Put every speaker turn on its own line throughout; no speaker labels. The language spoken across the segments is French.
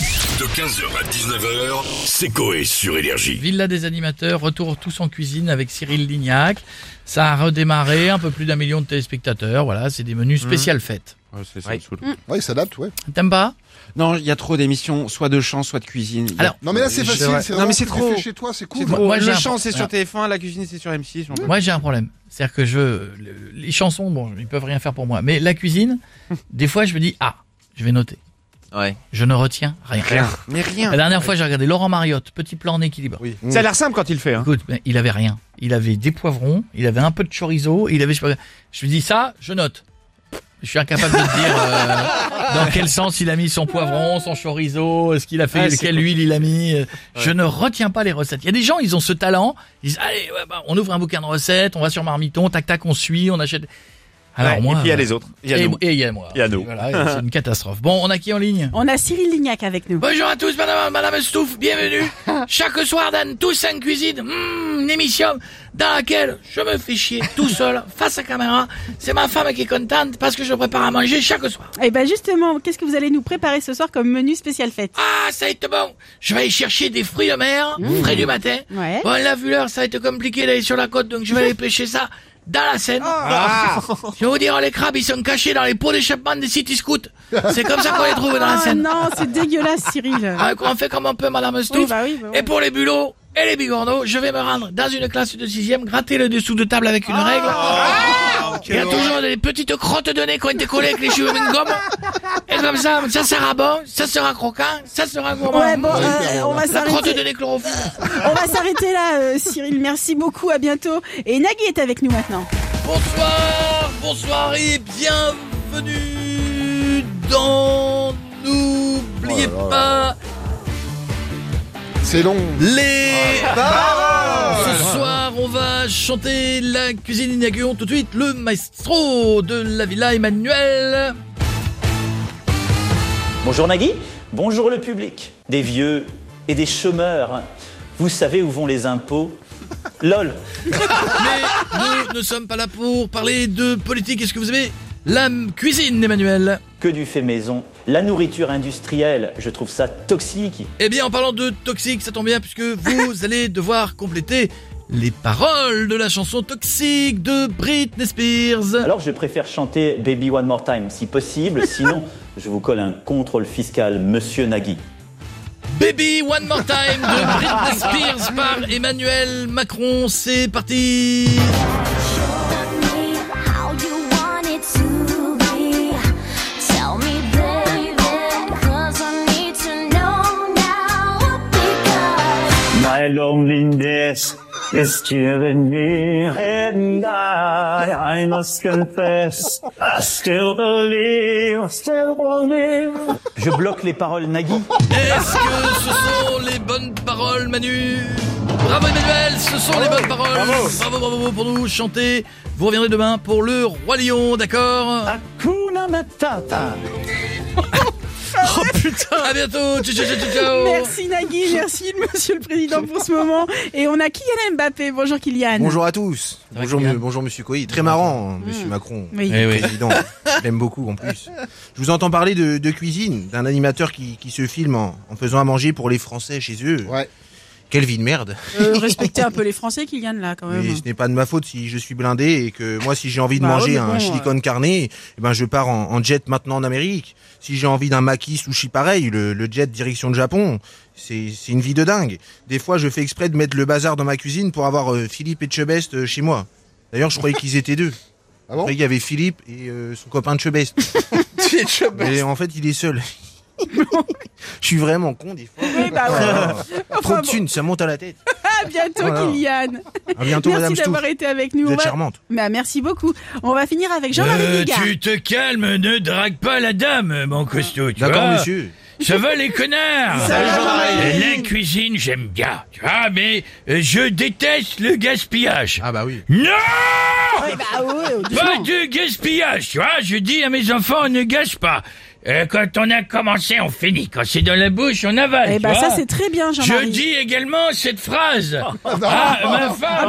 De 15h à 19h, c'est Coé sur Énergie.
Villa des animateurs, retour tous en cuisine avec Cyril Lignac. Ça a redémarré, un peu plus d'un million de téléspectateurs. Voilà, c'est des menus spécial fêtes.
Ouais, c'est ça,
Ouais.
me saoule.
Ouais, il s'adapte, ouais.
T'aimes pas
Non, il y a trop d'émissions, soit de chant, soit de cuisine. Il y a-
Alors,
Non, mais là, c'est
Oui,
facile.
c'est vrai.
C'est
Non,
vraiment
mais c'est
ce que tu
trop.
fais chez toi, c'est
c'est
cool.
trop.
moi, j'ai
le
un- Mmh.
chant, c'est sur TF1, la cuisine, c'est sur M6. j'en peux
moi j'ai un problème. C'est-à-dire que je, le- les chansons, bon, ils peuvent rien faire pour moi. Mais la cuisine, des fois, je me dis, ah, je vais noter.
Ouais.
Je ne retiens rien.
plus. Rien. Mais rien.
La dernière fois, j'ai regardé Laurent Mariotte, petit plan en équilibre.
Oui.
Mm.
Ça a l'air simple quand il le fait. Hein.
Écoute, mais il avait rien. Il avait des poivrons, il avait un peu de chorizo, il avait. Je, sais pas- je lui dis ça, je note. Je suis incapable de te dire euh, dans quel sens il a mis son poivron, son chorizo, ce qu'il a fait,
Ah, c'est
quelle huile il a mis. euh, Je ne retiens pas les recettes. Il y a des gens, ils ont ce talent. Ils disent allez, ouais, bah, on ouvre un bouquin de recettes, on va sur Marmiton, tac tac, on suit, on achète. Alors
Ouais,
moi,
et puis il y a
euh,
les autres. Il y a
et,
nous.
et il y a moi.
Il y a nous.
Voilà, c'est une catastrophe. Bon, on a qui en ligne
On a Cyril Lignac avec nous.
Bonjour à tous, madame, madame Stouff, bienvenue. Chaque soir dans Toussaint Cuisine, hmm, une émission dans laquelle je me fais chier tout seul, face à caméra. C'est ma femme qui est contente parce que je prépare à manger chaque soir.
Et ben justement, qu'est-ce que vous allez nous préparer ce soir comme menu spécial fête
Ah, ça va être bon. Je vais aller chercher des fruits de mer, frais du matin.
Mmh. Ouais.
Bon, là, vu l'heure, ça va être compliqué d'aller sur la côte, donc je vais aller pêcher ça dans la Seine.
Oh. Ah.
Je vais vous dire, les crabes, ils sont cachés dans les pots d'échappement des city scouts. C'est comme ça qu'on les trouve dans la
Ah
Seine.
non, c'est dégueulasse Cyril.
Ah, on fait comme on peut, Madame Stouff.
Oui, bah oui, bah oui.
Et pour les bulots et les bigorneaux, je vais me rendre dans une classe de sixième, gratter le dessous de table avec une règle.
Ah,
Il y a toujours des petites crottes de nez qui ont été collées avec les cheveux d'une gomme. Et comme ça, ça sera bon, ça sera croquant, ça sera gourmand.
Ouais, bon, euh, on va
La crotte de
s'arrêter.
nez chlorophylle.
On va s'arrêter là, euh, Cyril. Merci beaucoup. À bientôt. Et Nagui est avec nous maintenant.
Bonsoir, bonsoir et bienvenue dans N'oubliez
Oh là là.
pas
C'est long.
les Ah. Ce soir, on va chanter la cuisine inaugurant tout de suite le maestro de la villa Emmanuel.
Bonjour Nagui, bonjour le public, des vieux et des chômeurs. Vous savez où vont les impôts LOL
Mais nous ne sommes pas là pour parler de politique. Est-ce que vous avez la m- cuisine, Emmanuel
Que du fait maison, la nourriture industrielle, je trouve ça toxique.
Eh bien, en parlant de toxique, ça tombe bien puisque vous allez devoir compléter les paroles de la chanson toxique de Britney Spears.
Alors je préfère chanter Baby One More Time si possible, sinon je vous colle un contrôle fiscal, monsieur Nagui.
Baby One More Time de Britney Spears par Emmanuel Macron. C'est parti.
How you want it to be? Tell me, baby, 'cause I need to know now. Because
My loneliness is killing me, and I, I must confess, I still believe, still believe. Je bloque les paroles, Nagui.
Est-ce que ce sont les bonnes paroles, Manu Bravo Emmanuel, ce sont les bonnes paroles. Bravo. bravo, bravo pour nous chanter. Vous reviendrez demain pour le Roi Lion, d'accord
Hakuna Matata.
Oh putain À bientôt, ciao, ciao, ciao, ciao, ciao.
Merci Nagui. Merci Monsieur le Président pour ce moment. Et on a Kylian Mbappé. Bonjour Kylian.
Bonjour à tous.
va,
Bonjour,
Kylian
mu- bonjour Monsieur Coy. Très marrant, hein, Monsieur Macron.
Oui.
Eh oui.
Président, je l'aime beaucoup en plus. Je vous entends parler de, de cuisine, d'un animateur qui, qui se filme en, en faisant à manger pour les Français chez eux.
Ouais.
Quelle vie de merde.
Euh, respectez un peu les Français, Kylian là quand même.
Mais ce n'est pas de ma faute si je suis blindé et que moi, si j'ai envie de
Bah ouais,
manger
mais
un
bon,
chili
euh.
con carne, eh ben je pars en, en jet maintenant en Amérique. Si j'ai envie d'un maquis sushi pareil, le, le jet direction le Japon, c'est c'est une vie de dingue. Des fois, je fais exprès de mettre le bazar dans ma cuisine pour avoir euh, Philippe et Chebest euh, chez moi. D'ailleurs, je croyais qu'ils étaient deux.
Ah bon
Après, il y avait Philippe et euh, son copain de Chebest. Mais en fait, il est seul. je suis vraiment con des fois.
Oui, bah ouais.
Trop
Enfin,
de
bon.
thunes, ça monte à la tête.
À bientôt
Voilà.
Kylian.
À bientôt,
merci
Madame
d'avoir
Stouff.
été avec nous.
Vous
On
êtes
va-
charmante.
Bah, merci beaucoup. On va finir avec Jean-Marie
Euh,
Bigard.
tu te calmes, ne drague pas la dame, mon costaud. tu
D'accord,
Ah.
vois.
monsieur.
Ça va les connards Euh,
Ça va, Jean-Marie
La cuisine, j'aime bien. Tu vois, mais euh, je déteste le gaspillage.
Ah bah oui.
Non
Ah,
Ouais, bah, ouais,
Pas
doucement.
de gaspillage, tu vois, je dis à mes enfants, ne gâche pas.
euh, quand on a commencé, on finit. Quand c'est dans la bouche, on avale.
Eh
tu
ben
vois.
ça c'est très bien
Je
Jean-Marie.
dis également cette phrase. ah, ma femme.
Ah,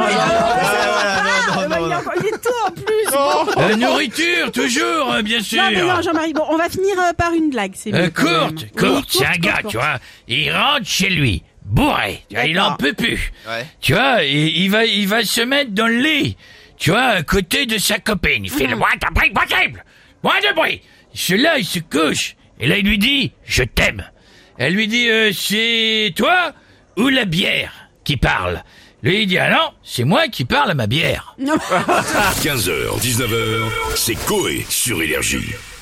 bah, il, est encore- il est tôt en plus.
La nourriture, toujours, euh, bien sûr.
Non, mais non, Jean-Marie, bon, on va finir euh, par une blague, c'est
Euh,
mieux, quand même.
courte,
Oui,
courte, c'est un
courte,
gars,
courte.
tu vois. Il rentre chez lui, bourré. Tu vois, il en peut plus. Tu vois, il, il va, il va se mettre dans le lit. Tu vois, à côté de sa copine. Il fait
Mhm.
le moins de bruit possible. Moins de bruit. Celui-là, il se couche. Et là, il lui dit, je t'aime. Elle lui dit, Euh, c'est toi ou la bière qui parle? Lui, il dit, ah non, c'est moi qui parle à ma bière.
Non.
15h, 19h, c'est Coé sur Énergie.